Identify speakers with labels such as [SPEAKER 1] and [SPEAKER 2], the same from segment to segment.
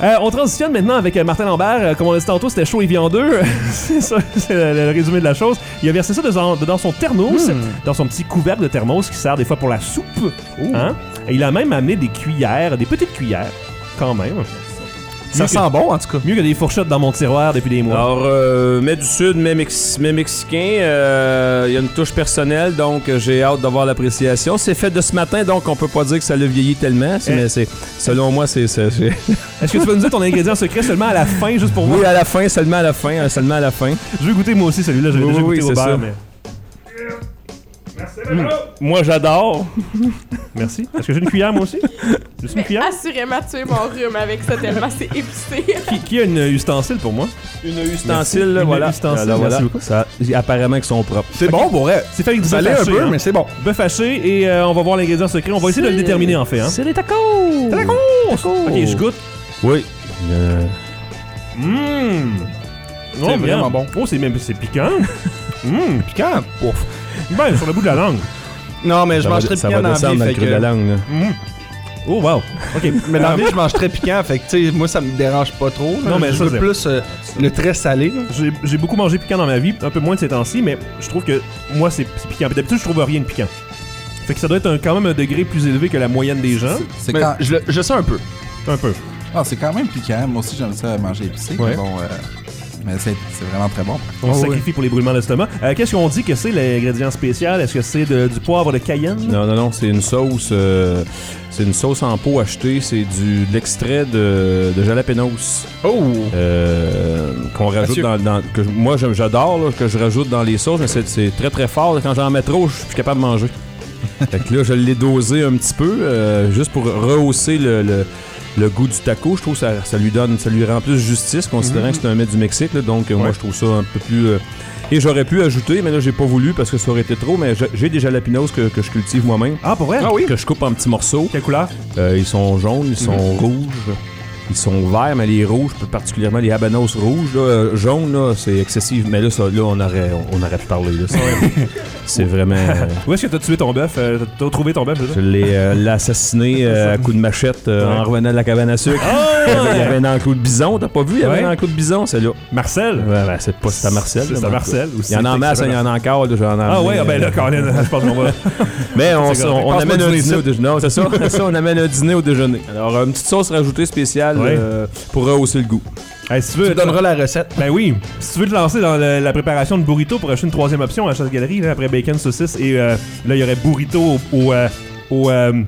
[SPEAKER 1] Euh, on transitionne maintenant avec euh, Martin Lambert. Euh, comme on l'a dit tantôt, c'était chaud et viandeux. c'est ça, c'est le, le résumé de la chose. Il a versé ça dans, dans son thermos, dans son petit couvercle de thermos qui sert des fois pour la soupe. Hein? Et il a même amené des cuillères, des petites cuillères, quand même.
[SPEAKER 2] Ça
[SPEAKER 1] Mieux que-
[SPEAKER 2] sent bon, en tout cas.
[SPEAKER 1] Mieux que des fourchettes dans mon tiroir depuis des mois.
[SPEAKER 3] Alors, euh, mais du Sud, mais, Mex- mais Mexicain, euh, il y a une touche personnelle, donc euh, j'ai hâte d'avoir l'appréciation. C'est fait de ce matin, donc on peut pas dire que ça le vieillit tellement, c'est-
[SPEAKER 1] Eh.
[SPEAKER 3] mais c'est selon moi, c'est... c'est- c'est-
[SPEAKER 1] Est-ce que tu peux nous dire ton ingrédient secret seulement à la fin, juste pour moi?
[SPEAKER 3] Oui, à la fin, seulement à la fin, hein, seulement à la fin.
[SPEAKER 1] Je vais goûter moi aussi celui-là. Je l'ai
[SPEAKER 3] Oui,
[SPEAKER 1] déjà
[SPEAKER 3] oui,
[SPEAKER 1] goûté
[SPEAKER 3] oui,
[SPEAKER 1] au
[SPEAKER 3] c'est
[SPEAKER 1] beurre,
[SPEAKER 3] ça.
[SPEAKER 1] mais... Moi, j'adore. Merci. Est-ce que j'ai une cuillère, moi aussi? Juste une
[SPEAKER 4] Mais
[SPEAKER 1] cuillère?
[SPEAKER 4] assurément, tu es mon rhume avec ça tellement c'est épicé.
[SPEAKER 1] Qui, qui a une ustensile pour moi?
[SPEAKER 3] Une ustensile, là,
[SPEAKER 1] Une
[SPEAKER 3] voilà.
[SPEAKER 1] ustensile,
[SPEAKER 3] Voilà, voilà.
[SPEAKER 1] merci beaucoup.
[SPEAKER 3] Ça, apparemment qu'ils sont propres.
[SPEAKER 2] C'est bon pour vrai.
[SPEAKER 1] C'est fait avec du
[SPEAKER 2] Ça l'est
[SPEAKER 1] bœuf
[SPEAKER 2] un
[SPEAKER 1] haché,
[SPEAKER 2] peu,
[SPEAKER 1] hein.
[SPEAKER 2] mais c'est bon.
[SPEAKER 1] Bœuf haché et euh, on va voir l'ingrédient secret. On va essayer de le déterminer en fait. Hein.
[SPEAKER 3] C'est des tacos!
[SPEAKER 1] Ok, je goûte.
[SPEAKER 3] Oui. Euh,
[SPEAKER 1] Mmm.
[SPEAKER 2] C'est vraiment bon.
[SPEAKER 1] Oh, c'est même c'est piquant. Mmm.
[SPEAKER 2] Piquant. Ouf.
[SPEAKER 1] Ben, sur le bout de la langue.
[SPEAKER 2] Non, mais je
[SPEAKER 3] ça va,
[SPEAKER 2] mange très
[SPEAKER 3] ça va
[SPEAKER 2] piquant dans la
[SPEAKER 3] descendre
[SPEAKER 2] vie,
[SPEAKER 3] dans le
[SPEAKER 2] fait
[SPEAKER 3] creux de la
[SPEAKER 2] que... Mm.
[SPEAKER 3] langue, là.
[SPEAKER 1] Oh, wow. Ok.
[SPEAKER 2] Mais dans la vie, je mange très piquant, fait que, tu sais, moi, ça me dérange pas trop. là.
[SPEAKER 1] Non, mais
[SPEAKER 2] je
[SPEAKER 1] ça,
[SPEAKER 2] veux
[SPEAKER 1] c'est-
[SPEAKER 2] plus euh, le très salé. là.
[SPEAKER 1] J'ai- J'ai beaucoup mangé piquant dans ma vie, un peu moins de ces temps-ci, mais je trouve que moi, c'est c'est piquant. D'habitude, je trouve rien de piquant. Fait que ça doit être un- quand même un degré plus élevé que la moyenne des gens.
[SPEAKER 5] C'est
[SPEAKER 2] Mais
[SPEAKER 5] quand...
[SPEAKER 2] je, le- je sais un peu.
[SPEAKER 1] Un peu.
[SPEAKER 5] Ah, c'est quand même piquant. Moi aussi, j'aime ça manger épicé.
[SPEAKER 1] Ouais.
[SPEAKER 5] Mais bon, euh, mais c'est c'est vraiment très bon.
[SPEAKER 3] Ah
[SPEAKER 1] On se sacrifie pour les brûlements d'estomac. Euh, Qu'est-ce qu'on dit que c'est l'ingrédient spécial? Est-ce que c'est de- du poivre de Cayenne?
[SPEAKER 3] Non, non, non, c'est une sauce. euh, c'est une sauce en pot achetée. C'est du de l'extrait de, de jalapenos
[SPEAKER 2] Oh!
[SPEAKER 3] euh, qu'on rajoute
[SPEAKER 2] Mathieu.
[SPEAKER 3] dans, dans- que je- moi j'aime- j'adore là, que je rajoute dans les sauces, mais c'est, c'est très très fort. Quand j'en mets trop, je suis plus capable de manger. fait que là, je l'ai dosé un petit peu euh, juste pour rehausser le, le- le goût du taco. Je trouve que ça, ça lui donne, ça lui rend plus justice, considérant que c'est un mets du Mexique. là. donc euh, moi, je trouve ça un peu plus. euh, et j'aurais pu ajouter, mais là, j'ai pas voulu parce que ça aurait été trop. Mais j'ai- j'ai des jalapenos que- que je cultive moi-même
[SPEAKER 1] Ah, pour vrai?
[SPEAKER 3] que je coupe en petits morceaux.
[SPEAKER 1] Quelle couleur?
[SPEAKER 3] Euh, ils sont jaunes, ils sont
[SPEAKER 1] Mhm.
[SPEAKER 3] rouges, ils sont verts, mais les rouges, plus particulièrement les habanos rouges, là, euh, jaunes, là, c'est excessif. Mais là, ça, là on, aurait, on aurait pu parler. là. C'est- C'est vraiment. euh,
[SPEAKER 1] Où est-ce que t'as tué ton bœuf? Euh, t'as- t'as trouvé ton bœuf,
[SPEAKER 3] je l'ai euh, l'ai assassiné euh, à coups de machette euh,
[SPEAKER 1] Ouais. Ah!
[SPEAKER 3] en revenant de la cabane à sucre. Il y avait- il y avait un enclos de bison, t'as pas vu? Il y avait
[SPEAKER 1] Ouais.
[SPEAKER 3] un enclos de bison, c'est là.
[SPEAKER 1] Marcel?
[SPEAKER 3] Ouais, ben, c'est pas c'est à Marcel.
[SPEAKER 1] C'est
[SPEAKER 3] là,
[SPEAKER 1] à
[SPEAKER 3] mais en tout
[SPEAKER 1] Marcel,
[SPEAKER 3] cas.
[SPEAKER 1] ou
[SPEAKER 3] Il y en a en
[SPEAKER 1] c'est-
[SPEAKER 3] masse, hein, il y en a encore. là, j'en ai
[SPEAKER 1] Ah ouais,
[SPEAKER 3] amené,
[SPEAKER 1] ah ben là,
[SPEAKER 3] euh,
[SPEAKER 1] Colin, je pense qu'on va.
[SPEAKER 3] Mais on,
[SPEAKER 1] C'est
[SPEAKER 3] on-
[SPEAKER 1] correct.
[SPEAKER 3] on
[SPEAKER 1] Passe-moi
[SPEAKER 3] amène
[SPEAKER 1] du
[SPEAKER 3] un
[SPEAKER 1] vin
[SPEAKER 3] dîner
[SPEAKER 1] ici.
[SPEAKER 3] au déjeuner. Non, c'est ça, c'est ça, on amène un dîner au déjeuner. Alors, euh, une petite sauce rajoutée spéciale
[SPEAKER 1] Ouais.
[SPEAKER 3] euh, pour rehausser le goût.
[SPEAKER 1] Hey, si tu
[SPEAKER 2] Tu
[SPEAKER 1] veux,
[SPEAKER 2] me donneras la recette.
[SPEAKER 1] ben oui, si tu veux te lancer dans le- la préparation de burrito pour acheter une troisième option à la chasse galerie, là, après bacon, saucisse et euh, là, il y aurait burrito au. au, euh, au, euh,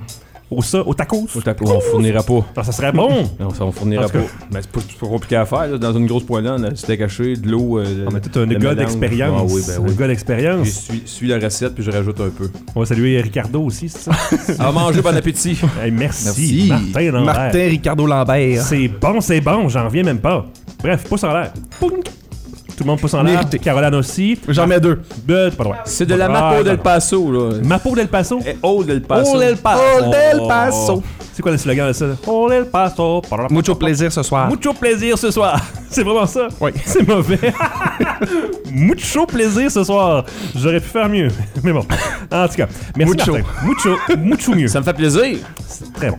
[SPEAKER 1] au ça, au tacos.
[SPEAKER 3] On fournira pas.
[SPEAKER 1] Ah, ça serait bon!
[SPEAKER 3] Non, ça, on fournira
[SPEAKER 1] Parce que-
[SPEAKER 3] pas. Mais c'est pas, c'est pas compliqué à faire. là. Dans une grosse poêlante, là, c'était caché, de l'eau. euh,
[SPEAKER 1] On a tout un
[SPEAKER 3] le
[SPEAKER 1] gars
[SPEAKER 3] mélange.
[SPEAKER 1] d'expérience.
[SPEAKER 3] Ah oui, ben
[SPEAKER 1] Un gars
[SPEAKER 3] oui. Je
[SPEAKER 1] d'expérience.
[SPEAKER 3] suis, suis la recette puis je rajoute un peu.
[SPEAKER 1] On va saluer Ricardo aussi, c'est ça?
[SPEAKER 3] À manger, bon appétit.
[SPEAKER 1] Hey, merci,
[SPEAKER 5] Merci.
[SPEAKER 1] Martin Lambert.
[SPEAKER 2] Martin Ricardo Lambert.
[SPEAKER 1] C'est bon, c'est bon, j'en reviens même pas. Bref, pouce en l'air. Poum! Tout le monde pousse en l'air.
[SPEAKER 2] Mérité.
[SPEAKER 1] Caroline aussi.
[SPEAKER 2] J'en mets deux.
[SPEAKER 1] But, pardon.
[SPEAKER 3] C'est de la Mapo del Paso. Là.
[SPEAKER 1] Mapo del Paso.
[SPEAKER 3] Eh, oh del Paso.
[SPEAKER 2] Oh, del Paso.
[SPEAKER 1] C'est quoi le slogan de ça? là? Oh, El Paso. Parla-
[SPEAKER 2] Mucho plaisir ce soir.
[SPEAKER 1] Mucho plaisir ce soir. C'est vraiment ça?
[SPEAKER 2] Oui.
[SPEAKER 1] C'est mauvais. Mucho plaisir ce soir. J'aurais pu faire mieux. Mais bon. En tout cas, merci
[SPEAKER 2] Mucho.
[SPEAKER 1] Martin. Mucho. Mucho mieux.
[SPEAKER 3] Ça me fait plaisir.
[SPEAKER 1] Très bon.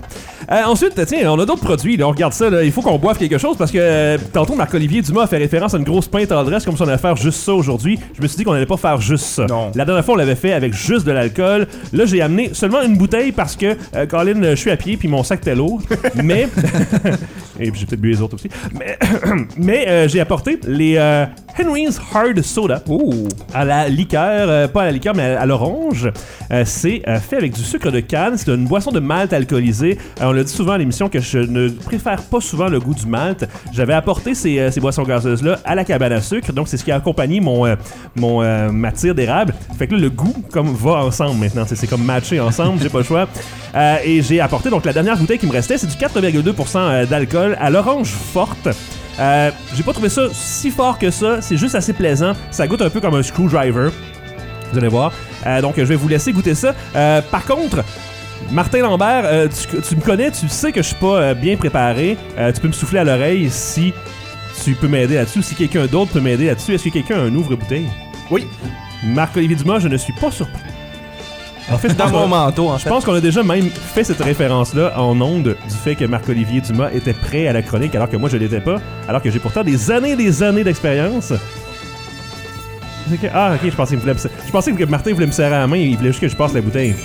[SPEAKER 1] Euh, ensuite, euh, tiens, on a d'autres produits. là. on regarde ça. là. Il faut qu'on boive quelque chose parce que euh, tantôt, Marc-Olivier Dumas a fait référence à une grosse pinte en dresse comme si on allait faire juste ça aujourd'hui. Je me suis dit qu'on allait pas faire juste ça.
[SPEAKER 2] Non.
[SPEAKER 1] La dernière fois, on l'avait fait avec juste de l'alcool. Là, j'ai amené seulement une bouteille parce que, euh, Colin, euh, je suis à pied puis mon sac était lourd. mais. Et puis j'ai peut-être bu les autres aussi. Mais, mais euh, j'ai apporté les euh, Henry's Hard Soda
[SPEAKER 2] Ouh.
[SPEAKER 1] à la liqueur, euh, pas à la liqueur, mais à, à l'orange. Euh, c'est euh, fait avec du sucre de canne. C'est une boisson de malt alcoolisée. Euh, on l'a dit souvent à l'émission que je ne préfère pas souvent le goût du malt. J'avais apporté ces, euh, ces boissons gazeuses-là à la cabane à sucre. Donc, c'est ce qui a accompagné mon, euh, mon euh, ma tire d'érable. Fait que là, le goût comme va ensemble maintenant. C'est c'est comme matché ensemble. J'ai pas le choix. Euh, et j'ai apporté donc la dernière bouteille qui me restait. C'est du 4,2% euh, d'alcool à l'orange forte. Euh, j'ai pas trouvé ça si fort que ça, c'est juste assez plaisant. Ça goûte un peu comme un screwdriver. Vous allez voir. Euh, donc, je vais vous laisser goûter ça. Euh, par contre, Martin Lambert, euh, tu, tu me connais, tu sais que je suis pas euh, bien préparé. Euh, tu peux me souffler à l'oreille si tu peux m'aider là-dessus, si quelqu'un d'autre peut m'aider là-dessus. Est-ce que quelqu'un a un ouvre-bouteille
[SPEAKER 2] Oui.
[SPEAKER 1] Marc-Olivier Dumas, je ne suis pas surpris. En fait,
[SPEAKER 2] Dans mon manteau, en
[SPEAKER 1] Je
[SPEAKER 2] fait.
[SPEAKER 1] pense qu'on a déjà même fait cette référence-là en ondes du fait que Marc-Olivier Dumas était prêt à la chronique alors que moi je l'étais pas, alors que j'ai pourtant des années et des années d'expérience. C'est que- Ah, ok, je pensais, qu'il voulait me ser- je pensais que Martin voulait me serrer la main, il voulait juste que je passe la bouteille.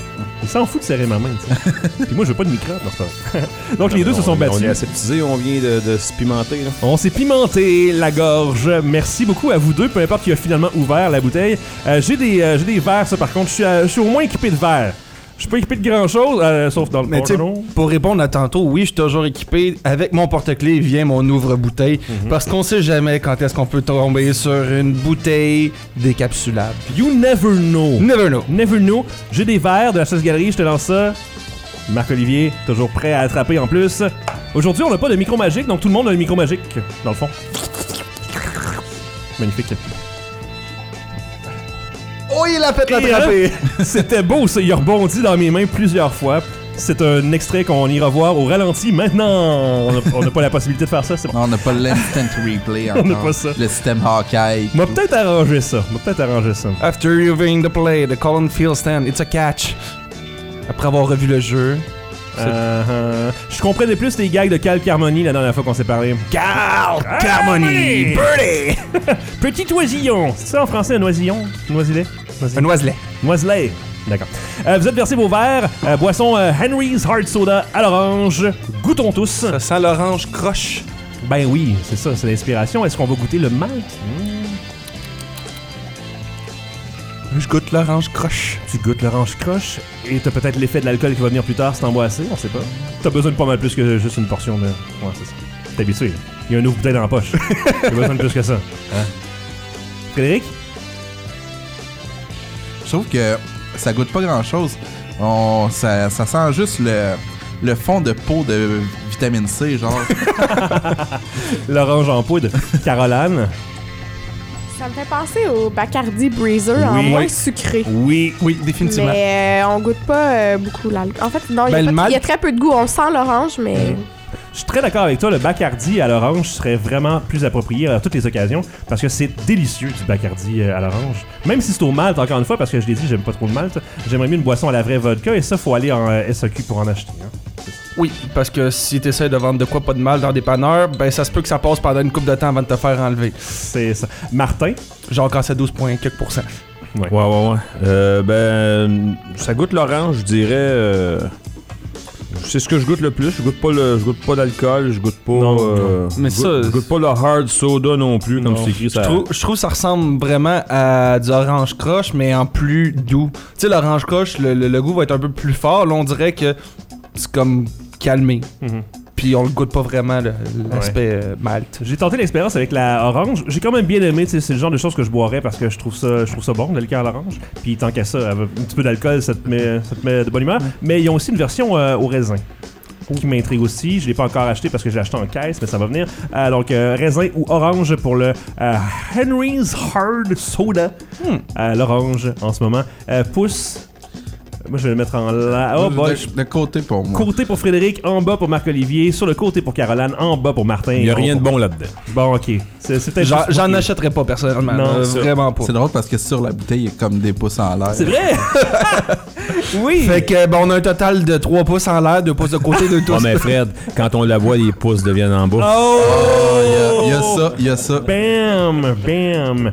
[SPEAKER 1] Il s'en fout de serrer ma main, tu sais. Puis moi, je veux pas de microbe, dans ce temps. Donc les deux se
[SPEAKER 3] On-
[SPEAKER 1] sont
[SPEAKER 3] On est
[SPEAKER 1] battus.
[SPEAKER 3] aseptisé, on vient de, de se pimenter. là.
[SPEAKER 1] On s'est pimenté la gorge. Merci beaucoup à vous deux, peu importe qui a finalement ouvert la bouteille. Euh, j'ai des, euh, j'ai des verres, ça par contre. Je suis, euh, je suis au moins équipé de verres. Je suis pas équipé de grand chose, sauf dans le
[SPEAKER 2] Mais tu sais,
[SPEAKER 1] porno.
[SPEAKER 2] pour répondre à tantôt, oui, je suis toujours équipé. Avec mon porte-clés vient mon ouvre-bouteille. Parce qu'on sait jamais quand est-ce qu'on peut tomber sur une bouteille décapsulable.
[SPEAKER 1] You never know.
[SPEAKER 2] Never know.
[SPEAKER 1] Never know. J'ai des verres de la chasse galerie, je te lance ça. Marc-Olivier, toujours prêt à attraper en plus. Aujourd'hui, on n'a pas de micro magique, donc tout le monde a un micro magique, dans le fond. Magnifique.
[SPEAKER 2] Oh, il a fait
[SPEAKER 1] Et
[SPEAKER 2] l'attraper!
[SPEAKER 1] Hein? C'était beau, ça. Il a rebondi dans mes mains plusieurs fois. C'est un extrait qu'on ira voir au ralenti maintenant. On n'a- On n'a pas la possibilité de faire ça, c'est bon.
[SPEAKER 5] Non, on n'a pas l'instant replay encore.
[SPEAKER 1] On n'a pas ça.
[SPEAKER 5] Le système Hawkeye.
[SPEAKER 1] On va peut-être arranger ça. On va peut-être arranger ça.
[SPEAKER 2] After reviewing the play, the Colin Field stand, it's a catch. Après avoir revu le jeu,
[SPEAKER 1] Euh, euh, je comprenais plus les gags de Cal Carmoni la dernière fois qu'on s'est parlé.
[SPEAKER 2] Cal
[SPEAKER 1] Carmoni,
[SPEAKER 2] Birdie!
[SPEAKER 1] Petit oisillon. C'est ça en français, un oisillon? Noisillet?
[SPEAKER 2] Un oiselet.
[SPEAKER 1] Noiselet. D'accord. Euh, vous êtes versé vos verres. Euh, boisson euh, Henry's Hard Soda à l'orange. Goûtons tous.
[SPEAKER 2] Ça sent l'orange croche.
[SPEAKER 1] Ben oui, c'est ça, c'est l'inspiration. Est-ce qu'on va goûter le malt?
[SPEAKER 2] Je goûte l'orange croche.
[SPEAKER 1] Tu goûtes l'orange croche et t'as peut-être l'effet de l'alcool qui va venir plus tard si t'es emboissé, on sait pas. T'as besoin de pas mal plus que juste une portion de. Ouais, c'est ça. T'es habitué. Il y a un ouvre bouteille dans la poche. T'as besoin de plus que ça. Hein? Frédéric?
[SPEAKER 5] Je trouve que ça goûte pas grand chose. On, ça, ça sent juste le, le fond de peau de vitamine C, genre.
[SPEAKER 1] L'orange en poudre. Caroline?
[SPEAKER 4] Ça me fait penser au Bacardi Breezer en
[SPEAKER 1] Oui.
[SPEAKER 4] moins sucré.
[SPEAKER 1] Oui.
[SPEAKER 2] Oui, définitivement.
[SPEAKER 4] Mais euh, on goûte pas euh, beaucoup l'alcool. En fait, non, il y a
[SPEAKER 2] Ben,
[SPEAKER 4] pas
[SPEAKER 2] le
[SPEAKER 4] de-
[SPEAKER 2] mal-
[SPEAKER 4] il y, a très peu de goût. On sent l'orange, mais
[SPEAKER 1] Je suis très d'accord avec toi, le Bacardi à l'orange serait vraiment plus approprié à toutes les occasions parce que c'est délicieux du Bacardi euh, à l'orange. Même si c'est au malt, encore une fois, parce que je l'ai dit, j'aime pas trop le malt, j'aimerais mieux une boisson à la vraie vodka et ça, faut aller en euh, SAQ pour en acheter. hein.
[SPEAKER 2] Oui, parce que si t'essayes de vendre de quoi pas de mal dans des panneurs, ben ça se peut que ça passe pendant une coupe de temps avant de te faire enlever.
[SPEAKER 1] C'est ça. Martin?
[SPEAKER 2] Genre quand c'est 12,4%.
[SPEAKER 3] Ouais, ouais, ouais. Euh, ben, ça goûte l'orange, je dirais. euh, c'est ce que je goûte le plus. Je goûte pas le, je goûte pas d'alcool, je goûte pas.
[SPEAKER 1] Non,
[SPEAKER 3] euh,
[SPEAKER 2] Mais
[SPEAKER 3] je
[SPEAKER 2] ça,
[SPEAKER 3] goûte, je goûte pas le hard soda non plus, comme
[SPEAKER 1] Non.
[SPEAKER 3] c'est écrit. Ça,
[SPEAKER 2] Je trouve, je trouve que ça ressemble vraiment à du orange croche, mais en plus doux. Tu sais, l'orange croche, le, le- le goût va être un peu plus fort. Là, on dirait que c'est comme calmé.
[SPEAKER 1] Mhm.
[SPEAKER 2] Puis on le goûte pas vraiment, le- l'aspect euh, malt.
[SPEAKER 1] J'ai tenté l'expérience avec la orange. J'ai quand même bien aimé. tu sais, C'est le genre de choses que je boirais parce que je trouve ça, je trouve ça bon, le liqueur à l'orange. Puis tant qu'à ça, avec un petit peu d'alcool, ça te met, ça te met de bonne humeur. Mais ils ont aussi une version euh, au raisin
[SPEAKER 3] Oh.
[SPEAKER 1] qui m'intrigue aussi. Je l'ai pas encore acheté parce que j'ai acheté en caisse, mais ça va venir. Euh, donc euh, raisin ou orange pour le euh, Henry's Hard Soda.
[SPEAKER 3] Hmm.
[SPEAKER 1] Euh, L'orange en ce moment. Euh, pouce. Moi, je vais le mettre en la. Oh boy.
[SPEAKER 5] de, de côté pour moi.
[SPEAKER 1] Côté pour Frédéric, en bas pour Marc-Olivier, sur le côté pour Caroline, en bas pour Martin.
[SPEAKER 3] Il y a
[SPEAKER 1] en haut
[SPEAKER 3] rien de
[SPEAKER 1] pour-
[SPEAKER 3] bon là-dedans.
[SPEAKER 1] Bon, ok. C'est c'est peut-être.
[SPEAKER 2] J'en
[SPEAKER 1] juste-
[SPEAKER 2] j'en
[SPEAKER 1] ok.
[SPEAKER 2] achèterais pas personnellement.
[SPEAKER 1] Non,
[SPEAKER 2] euh,
[SPEAKER 1] ça-
[SPEAKER 2] vraiment pas.
[SPEAKER 5] C'est drôle parce que sur la bouteille, il y a comme des pouces en l'air.
[SPEAKER 1] C'est vrai! oui!
[SPEAKER 2] Fait que, ben, on a un total de 3 pouces en l'air, 2 pouces de côté, 2
[SPEAKER 3] Oh,
[SPEAKER 2] pouces.
[SPEAKER 3] mais Fred, quand on la voit, les pouces deviennent en bas.
[SPEAKER 1] Oh!
[SPEAKER 5] Il y a- il y a ça, il y a ça.
[SPEAKER 1] Bam! Bam!